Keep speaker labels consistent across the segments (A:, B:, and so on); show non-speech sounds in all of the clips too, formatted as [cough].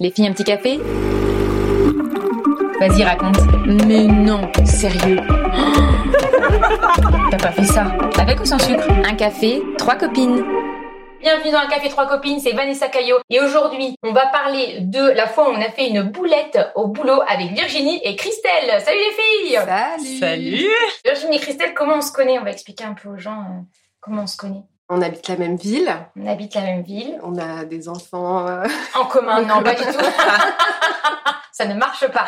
A: Les filles, un petit café Vas-y, raconte. Mais non,
B: [gasps]
A: sérieux. T'as pas fait ça Avec ou sans sucre Un café, trois copines.
B: Bienvenue dans le Café Trois Copines, c'est Vanessa Caillot. Et aujourd'hui, on va parler de la fois où on a fait une boulette au boulot avec Virginie et Christelle. Salut les filles
C: Salut.
B: Virginie et Christelle, comment on se connaît On va expliquer un peu aux gens euh, comment on se connaît.
C: On habite la même ville,
B: On habite la même ville.
C: on a des enfants, euh, [laughs]
B: En commun, non, pas du tout. [laughs] Ça ne marche pas.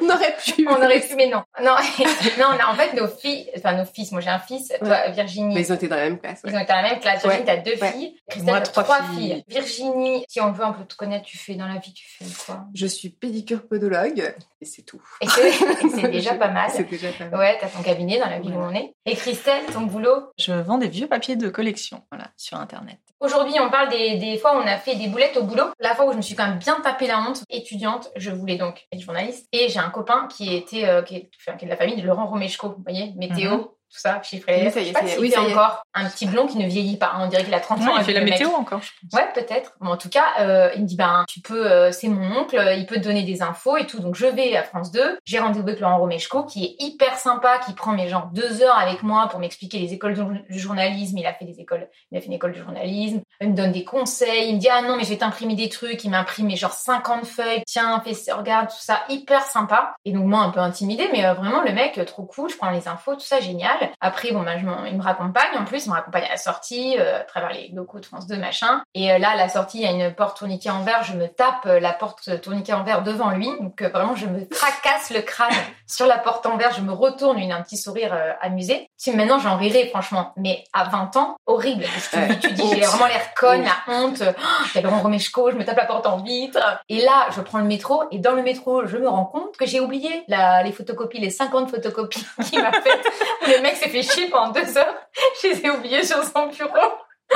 C: on aurait pu.
B: On aurait pu, mais non. Non, [laughs] non, on a- en fait, nos filles, enfin nos fils, moi j'ai un fils, toi Virginie.
C: Mais ils ont été dans la même classe. ouais.
B: Ils ont été dans la même classe.
C: Ouais.
B: Virginie, t'as deux
C: Ouais.
B: filles. Christelle,
D: Moi,
B: t'as
D: trois filles.
B: Virginie, si on veut un peu te connaître, tu fais dans la vie, tu fais quoi
C: Je suis pédicure podologue et c'est tout.
B: Et
C: [laughs]
B: c'est et c'est déjà pas
D: Ah,
B: mal.
C: C'est déjà pas mal.
B: Ouais, t'as ton cabinet dans la ville où on est. Et Christelle, ton boulot.
D: Je vends des vieux papiers de collection, voilà, sur Internet.
B: Aujourd'hui, on parle des, des fois où on a fait des boulettes au boulot. La fois où je me suis quand même bien tapé la honte, étudiante, je voulais donc être journaliste. Et j'ai un copain qui était, euh, qui, est, enfin, qui est de la famille de Laurent Romeshko, vous voyez, météo. Tout ça, chiffré.
C: Mhm. Oui, ça y est,
B: Je sais pas
C: ça y est.
B: s'il
C: Oui,
B: fait
C: ça y est.
B: encore un petit blond qui ne vieillit pas. hein. On dirait qu'il a 30 ans.
D: Non,
B: et
D: il fait
B: que
D: la
B: le mec-
D: météo encore, je pense.
B: Ouais, peut-être. Mais en tout cas, euh, il me dit, ben, tu peux, euh, c'est mon oncle, euh, il peut te donner des infos et tout. Donc, je vais à France 2. J'ai rendez-vous avec Laurent Romeshko, qui est hyper sympa, qui prend mes gens deux heures avec moi pour m'expliquer les écoles de- du journalisme. Il a fait des écoles, il a fait une école de journalisme. Il me donne des conseils. Il me dit, ah non, mais je vais t'imprimer des trucs. Il m'imprime mais genre 50 feuilles. Tiens, fais, ça, regarde, tout ça. Hyper sympa. Et donc, moi, un peu intimidée, mais euh, vraiment, le mec, euh, trop cool. Je prends les infos, tout ça, génial. Après, bon, ben, je m'en- il me raccompagne. En plus, il me raccompagne à la sortie, euh, à travers les locaux de France 2, machin. Et euh, là, à la sortie, il y a une porte tourniquet en verre. Je me tape euh, la porte tourniquet en verre devant lui. Donc, euh, vraiment, je me tracasse le crâne sur la porte en verre. Je me retourne, une, un petit sourire euh, amusé. Si maintenant, j'en rirais, franchement. Mais à 20 ans, horrible. Je te dis, tu dis, j'ai
C: Honte.
B: vraiment l'air conne,
C: Honte.
B: la honte. Oh, J'avais Laurent Romeshko, je me tape la porte en vitre. Et là, je prends le métro. Et dans le métro, je me rends compte que j'ai oublié la- les photocopies, les 50 photocopies [laughs] qu'il m'a faites. le mec s'est fait chier pendant deux heures. [laughs] Je les ai oubliées sur son bureau. [laughs]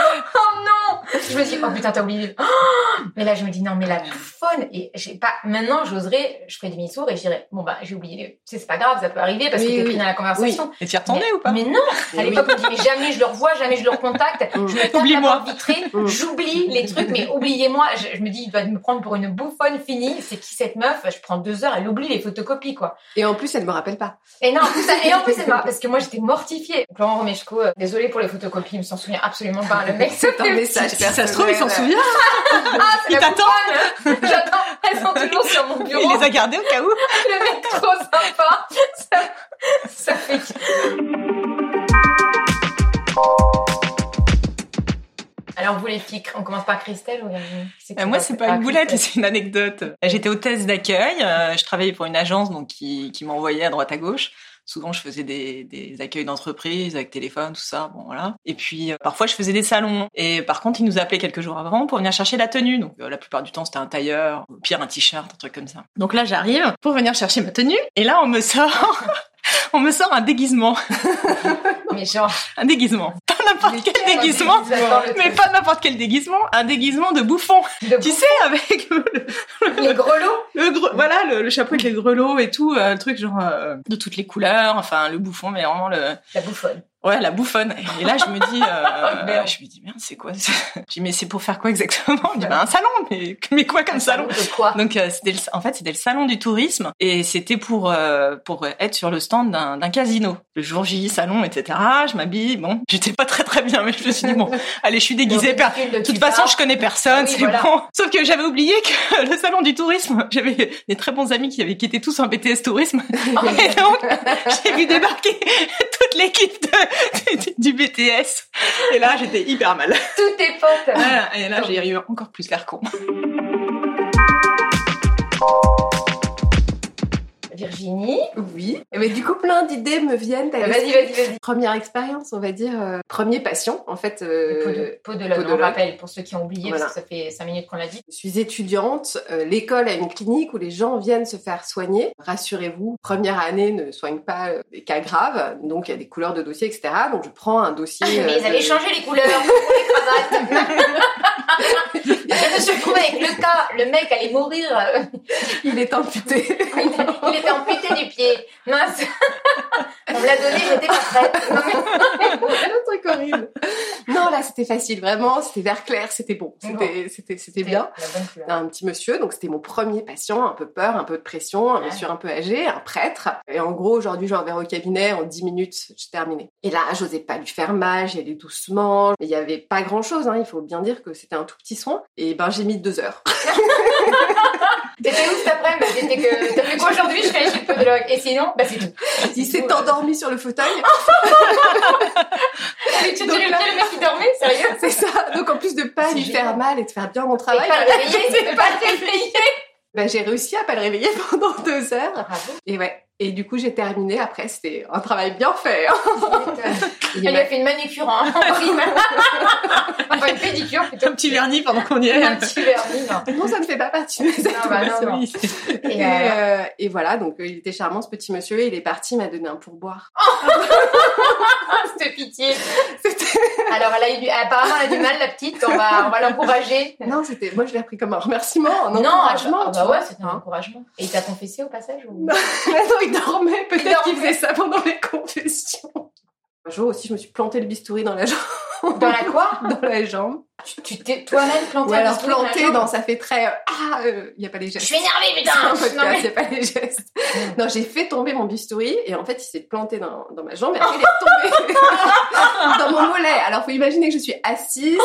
B: Oh non Je me dis, oh putain, t'as oublié. [gasps] Oh mais là, je me dis, non, mais la bouffonne. Et j'ai pas. Maintenant, j'oserais, je ferais demi-tour et je dirais, bon, bah, j'ai oublié. les- Tu sais, c'est pas grave, ça peut arriver parce
C: Oui,
B: que t'es
C: oui.
B: pris dans la conversation.
D: Et tu y retournais
B: mais,
D: ou pas
B: Mais non
C: Mais
B: À
C: oui. Mm.
B: l'époque, on me dit, mais jamais je le revois, jamais je le recontacte. Je me tape la
D: Oublie-moi.
B: porte vitrée, j'oublie les trucs, mais oubliez-moi. Je, je me dis, il doit me prendre pour une bouffonne finie. C'est qui cette meuf Je prends deux heures, elle oublie les photocopies, quoi.
C: Et en plus, elle me rappelle pas.
B: Et non, en plus, ça- et en plus, c'est marrant, parce que moi, j'étais mortifiée. Donc, Laurent Romeshko, euh, désolé pour les photocopies, il me s'en souvient absolument pas. Le
D: [laughs]
B: mec,
C: C'est un message.
D: Si ça se trouve, il s'en
C: personnel.
D: souvient.
B: ah, c'est
D: Il
B: la
D: t'attend.
B: bouffonne J'attends, elles sont toujours sur mon bureau.
D: Il les a gardés au cas où.
B: Le mec trop sympa. Ça, ça fait que... Alors, vous les filles, on commence par Christelle ou Virginie
D: Euh, Moi, c'est
B: Ah,
D: pas une boulette, c'est une anecdote. J'étais hôtesse d'accueil. euh, Je travaillais pour une agence donc qui, qui m'envoyait à droite à gauche. Souvent, je faisais des, des accueils d'entreprise avec téléphone, tout ça. Bon, voilà. Et puis, euh, parfois, je faisais des salons. Et par contre, ils nous appelaient quelques jours avant pour venir chercher la tenue. Donc, euh, la plupart du temps, c'était un tailleur, au pire, un t-shirt, un truc comme ça. Donc là, j'arrive pour venir chercher ma tenue. Et là, on me sort, [laughs] on me sort un déguisement.
B: Mais
D: [laughs]
B: genre,
D: Un déguisement. Pas n'importe quel
B: quel
D: déguisement.
B: déguisement, le
D: Mais
B: truc.
D: pas n'importe quel déguisement. Un déguisement de bouffon.
B: de
D: Tu sais, avec le,
B: les grelots,
D: le gre- voilà, le, le chapeau avec les grelots et tout, euh, le truc genre euh, de toutes les couleurs, enfin le bouffon, mais vraiment le,
B: la bouffonne.
D: ouais, la bouffonne. Et là, je me dis, euh,
B: Merde.
D: je me dis merde, c'est quoi ça Je dis mais c'est pour faire quoi exactement Il dit bah, un salon, mais mais quoi comme salon
B: De quoi
D: donc euh, c'était le- en fait c'était le salon du tourisme et c'était pour euh, pour être sur le stand d'un d'un casino. Le jour J salon etc. Je m'habille bon j'étais pas très très bien mais je me suis dit bon allez je suis déguisée per- de toute façon
B: [laughs]
D: je connais personne
B: Ah Oui,
D: c'est
B: voilà.
D: bon. Sauf que j'avais oublié que [laughs] le salon du tourisme j'avais des très bons amis qui avaient qui étaient tous en BTS
B: [laughs]
D: tourisme
B: Oh,
D: et donc j'ai vu débarquer [laughs] toute l'équipe de- du, du BTS et là j'étais
B: [laughs]
D: hyper mal.
B: Tous tes potes.
D: Voilà, et là j'ai eu encore plus l'air con.
B: Virginie.
C: Oui. Mais du coup, plein d'idées me viennent. à
B: Eh, Vas-y,
C: l'esprit.
B: vas-y, vas-y.
C: Première expérience, on va dire. euh, premier patient, en fait. euh,
B: Peau de l'homme, on
C: podologue.
B: rappelle pour ceux qui ont oublié,
C: Voilà.
B: parce que ça fait 5 minutes qu'on l'a dit.
C: Je suis étudiante, euh, l'école a une clinique où les gens viennent se faire soigner. Rassurez-vous, première année ne soigne pas euh, des cas graves, donc il y a des couleurs de dossiers, etc. Donc je prends un dossier.
B: Ah, Mais
C: euh,
B: ils avaient [laughs]
C: de-
B: changé les couleurs, les cravates. Je me suis retrouvée avec le cas, le mec allait mourir, [laughs] euh,
C: [laughs] Il est amputé. [laughs]
B: il était amputé du pied. Mince. On me l'a donné, j'étais pas prête. Non, mais-
C: Un truc horrible. Non, là, c'était facile, vraiment. C'était vert clair, c'était bon. C'était, c'était, c'était bien.
B: La bonne couleur.
C: Un petit monsieur, donc c'était mon premier patient, un peu peur, un peu de pression, un
B: Ouais.
C: monsieur un peu âgé, un prêtre. Et en gros, aujourd'hui, je l'enverrai au cabinet, en 10 minutes, j'ai terminé. Et là, j'osais pas lui faire mal, j'y allais doucement. Il y avait pas grand chose, il faut bien dire que c'était un tout petit soin. Et ben, j'ai mis deux
B: [laughs]
C: heures.
B: T'étais où cet après-midi Bah, J'étais que t'as fait quoi aujourd'hui Je suis allée chez le podologue. Et sinon, bah c'est tout.
C: Il s'est endormi sur le fauteuil.
B: Tu tu le pied, le mec qui dormait, [laughs] sérieux
C: C'est ça. Donc, en plus de pas
B: C'est
C: lui
B: génial.
C: faire mal et de faire bien mon
B: Et
C: travail,
B: pas le réveiller, tu peux pas le réveiller.
C: ben, j'ai réussi à pas le réveiller [laughs] pendant deux heures.
B: Bravo.
C: Et ouais. Et du coup, j'ai terminé. Après, c'était un travail bien fait. hein.
B: euh,
C: Il
B: Elle lui
C: m'a-
B: a fait une manicure
C: [laughs]
B: en prime. [laughs] enfin, une pédicure plutôt.
D: Un petit vernis pendant qu'on y est.
B: Un petit vernis. non.
C: Non, ça ne fait pas partie de mes
B: Non, bah,
D: [laughs]
B: non, non.
C: activations.
B: Et,
C: Et, [laughs]
B: euh,
C: euh, et voilà, donc euh, il était charmant ce petit monsieur, il est parti, il m'a donné un pourboire. [laughs]
B: de ah, pitié. Alors, elle a eu du... apparemment, elle a du mal, la petite. On va, on va l'encourager.
C: Non, c'était, moi je l'ai pris comme un remerciement, un
B: Non,
C: encouragement.
B: ah bah,
C: tu
B: ah bah
C: vois.
B: ouais, c'était un encouragement. Et il t'a confessé au passage ou...
C: [laughs] Attends, il dormait,
B: Il
C: peut-être
B: dormait.
C: qu'il faisait ça pendant les confessions. Un jour aussi, je me suis planté le bistouri dans la jambe.
B: Dans la quoi
C: Dans la jambe.
B: Tu- Tu t'es toi-même planté
C: Ou
B: un
C: alors
B: bistouri dans la
C: planté
B: jambe
C: dans, ça fait très, euh, ah, il n'y a pas les
B: Je
C: gestes.
B: suis énervée,
C: C'est un
B: putain Non,
C: podcast,
B: mais-
C: y a pas les gestes. [laughs] Non, j'ai fait tomber mon bistouri et en fait, il s'est planté dans, dans ma jambe et après, il est [laughs] tombé dans mon mollet. Alors, faut imaginer que je suis assise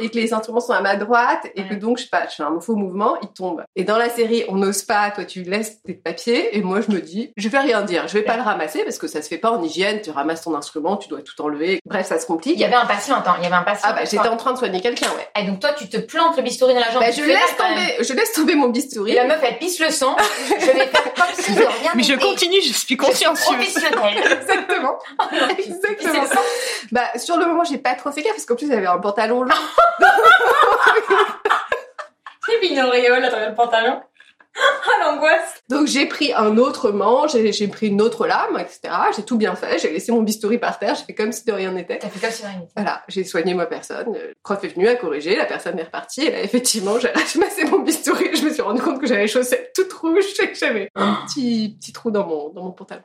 C: et que les instruments sont à ma droite et que donc, je sais pas, je fais un faux mouvement, il tombe. Et dans la série, on n'ose pas, toi, tu laisses tes papiers et moi, je me dis, je vais rien dire, je vais pas le ramasser parce que ça se fait pas en hygiène, tu ramasses ton instrument, tu dois tout enlever. Bref, ça se complique.
B: Il y avait un patient, attends, il y avait un patient.
C: Ah bah, j'étais en train de soigner quelqu'un, ouais.
B: Et donc toi, tu te plantes le bistouri dans la jambe.
C: Bah,
B: tu
C: je
B: fais mal
C: laisse
B: quand même.
C: tomber, je laisse tomber mon bistouri.
B: Et la meuf, elle pisse le sang. Je vais faire comme si de rien
D: Mais je
B: n'était.
D: continue, je suis
B: Je suis
D: consciencieuse.
B: professionnelle.
C: [laughs] Exactement.
B: Puis c'est
C: Exactement.
B: le sang.
C: Bah, sur le moment, j'ai pas trop fait gaffe parce qu'en plus, j'avais un pantalon long.
B: Et puis une auréole à travers le pantalon. Ah, l'angoisse.
C: Donc, j'ai pris un autre manche, j'ai j'ai pris une autre lame, etc. J'ai tout bien fait. J'ai laissé mon bistouri par terre. J'ai fait comme si de rien n'était.
B: T'as fait comme si de rien n'était.
C: Voilà, j'ai soigné ma personne. Le prof est venu à corriger. La personne est repartie. Et là, effectivement, j'ai [laughs] ramassé mon bistouri. Je me suis rendu compte que j'avais les chaussettes toutes rouges et que j'avais un petit, petit trou dans mon, dans mon pantalon.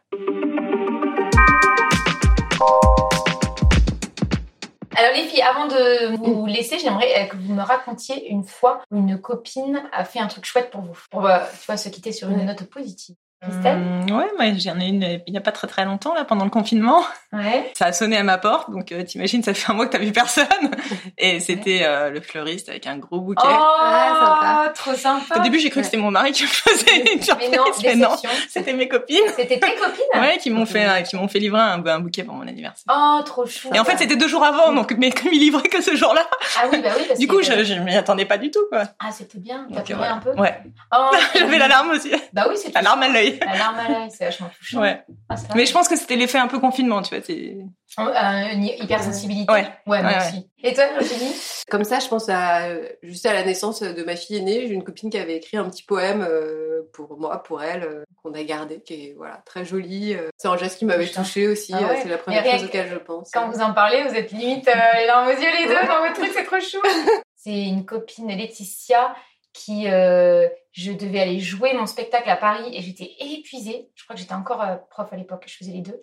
B: Alors les filles, avant de vous laisser, j'aimerais euh, que vous me racontiez une fois où une copine a fait un truc chouette pour vous. Pour euh, tu vois, se quitter sur une
C: Ouais.
B: note positive. Christelle
D: Hum, ouais, moi j'en ai une euh, il n'y a pas très très longtemps là pendant le confinement.
B: Hmm. Ouais.
D: Ça a sonné à ma porte, donc euh, t'imagines, ça fait un mois que t'as
B: [laughs]
D: vu personne. Et c'était euh, le fleuriste avec un gros bouquet.
C: Ah,
B: Oh, trop sympa.
D: Au début, j'ai cru
C: Ouais.
D: que c'était mon mari qui me
B: [laughs]
D: faisait une
B: Mais
D: surprise,
B: non,
D: [laughs] mais non,
B: déception.
D: c'était mes copines,
B: C'était tes copines
D: ouais, qui
B: Ah,
D: m'ont fait, euh, qui m'ont fait livrer un, un bouquet pour mon anniversaire.
B: Oh, trop chou.
D: Et en fait, c'était deux jours avant, donc mais comme il livrait que ce jour-là,
B: Ah oui, bah oui. Mm. Parce
D: du
B: que-
D: coup, je, je m'y attendais pas du tout, quoi.
B: Ah, c'était bien. T'as
D: Donc,
B: pleuré
D: voilà.
B: un peu
D: Ouais. [laughs]
B: Oh,
D: J'avais la larme aussi, [laughs]
B: Bah oui, c'est
D: la larme à l'œil.
B: La larme à l'œil, c'est vachement touchant.
D: Ouais.
B: Ah, c'est
D: Mais je pense que c'était l'effet un peu confinement, tu vois. c'est-
B: vrai. Euh, une hypersensibilité.
D: Ouais.
B: Ouais, moi
D: Ouais,
B: aussi. Et toi, Virginie
C: Comme ça, je pense à juste à la naissance de ma fille aînée, j'ai une copine qui avait écrit un petit poème euh, pour moi, pour elle, euh, qu'on a gardé, qui est voilà très joli. euh. C'est un geste qui m'avait
B: Putain.
C: touchée aussi.
B: Ah
C: euh,
B: ouais.
C: C'est la première
B: Mais rien
C: chose
B: que-
C: auquel je pense.
B: Quand vous en parlez, vous êtes limite euh, les larmes aux yeux les deux
C: Ouais.
B: dans votre truc, c'est trop chou. [laughs] C'est une copine Laetitia qui euh, je devais aller jouer mon spectacle à Paris et j'étais épuisée. Je crois que j'étais encore euh, prof à l'époque, je faisais les deux.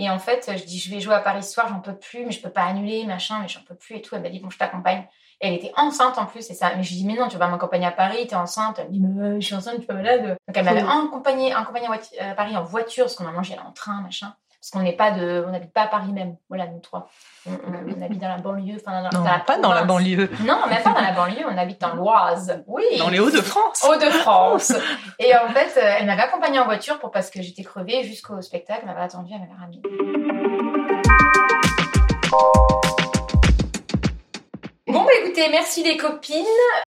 B: Et en fait, euh, je dis je vais jouer à Paris ce soir, j'en peux plus, mais je peux pas annuler, machin, mais j'en peux plus et tout. Elle m'a dit bon, je t'accompagne. Et Elle était enceinte en plus, c'est ça. Mais je lui dis mais non, tu vas pas m'accompagner à Paris, t'es enceinte. Elle me dit mais euh, je suis enceinte, je suis pas malade. Donc elle m'avait accompagnée accompagnée à Wati- à Paris en voiture, parce qu'on a mangé en train, machin parce qu'on n'est pas de, on n'habite pas à Paris même. Voilà, nous trois, on, on-
D: [laughs]
B: on habite dans la banlieue, enfin dans,
D: Non,
B: la
D: pas dans la
B: province.
D: banlieue,
B: Non, même pas dans la banlieue, on habite dans l'Oise. Oui.
D: dans les Hauts-de-France.
B: Hauts-de-France. [laughs] Et en fait, euh, elle m'avait accompagnée en voiture pour parce que j'étais crevée jusqu'au spectacle. Elle m'avait attendue, elle m'avait ramenée. Bon, bah écoutez, merci les copines.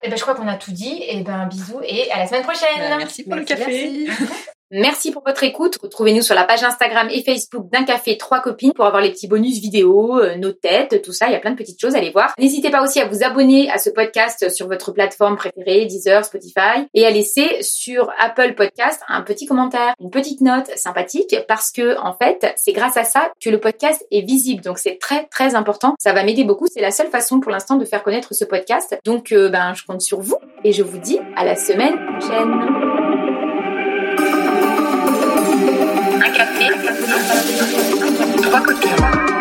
B: Eh Et ben, je crois qu'on a tout dit. Et ben, bisous et à la semaine prochaine.
D: Bah, Merci pour le
C: Merci,
D: café.
C: merci.
B: Merci pour votre écoute. Retrouvez-nous sur la page Instagram et Facebook d'un café trois copines pour avoir les petits bonus vidéo, euh, nos têtes, tout ça. Il y a plein de petites choses à aller voir. N'hésitez pas aussi à vous abonner à ce podcast sur votre plateforme préférée, Deezer, Spotify, et à laisser sur Apple Podcast un petit commentaire, une petite note sympathique parce que, en fait, c'est grâce à ça que le podcast est visible. Donc, c'est très, très important. Ça va m'aider beaucoup. C'est la seule façon pour l'instant de faire connaître ce podcast. Donc, euh, ben, je compte sur vous et je vous dis à la semaine prochaine.
A: Un café, trois copines.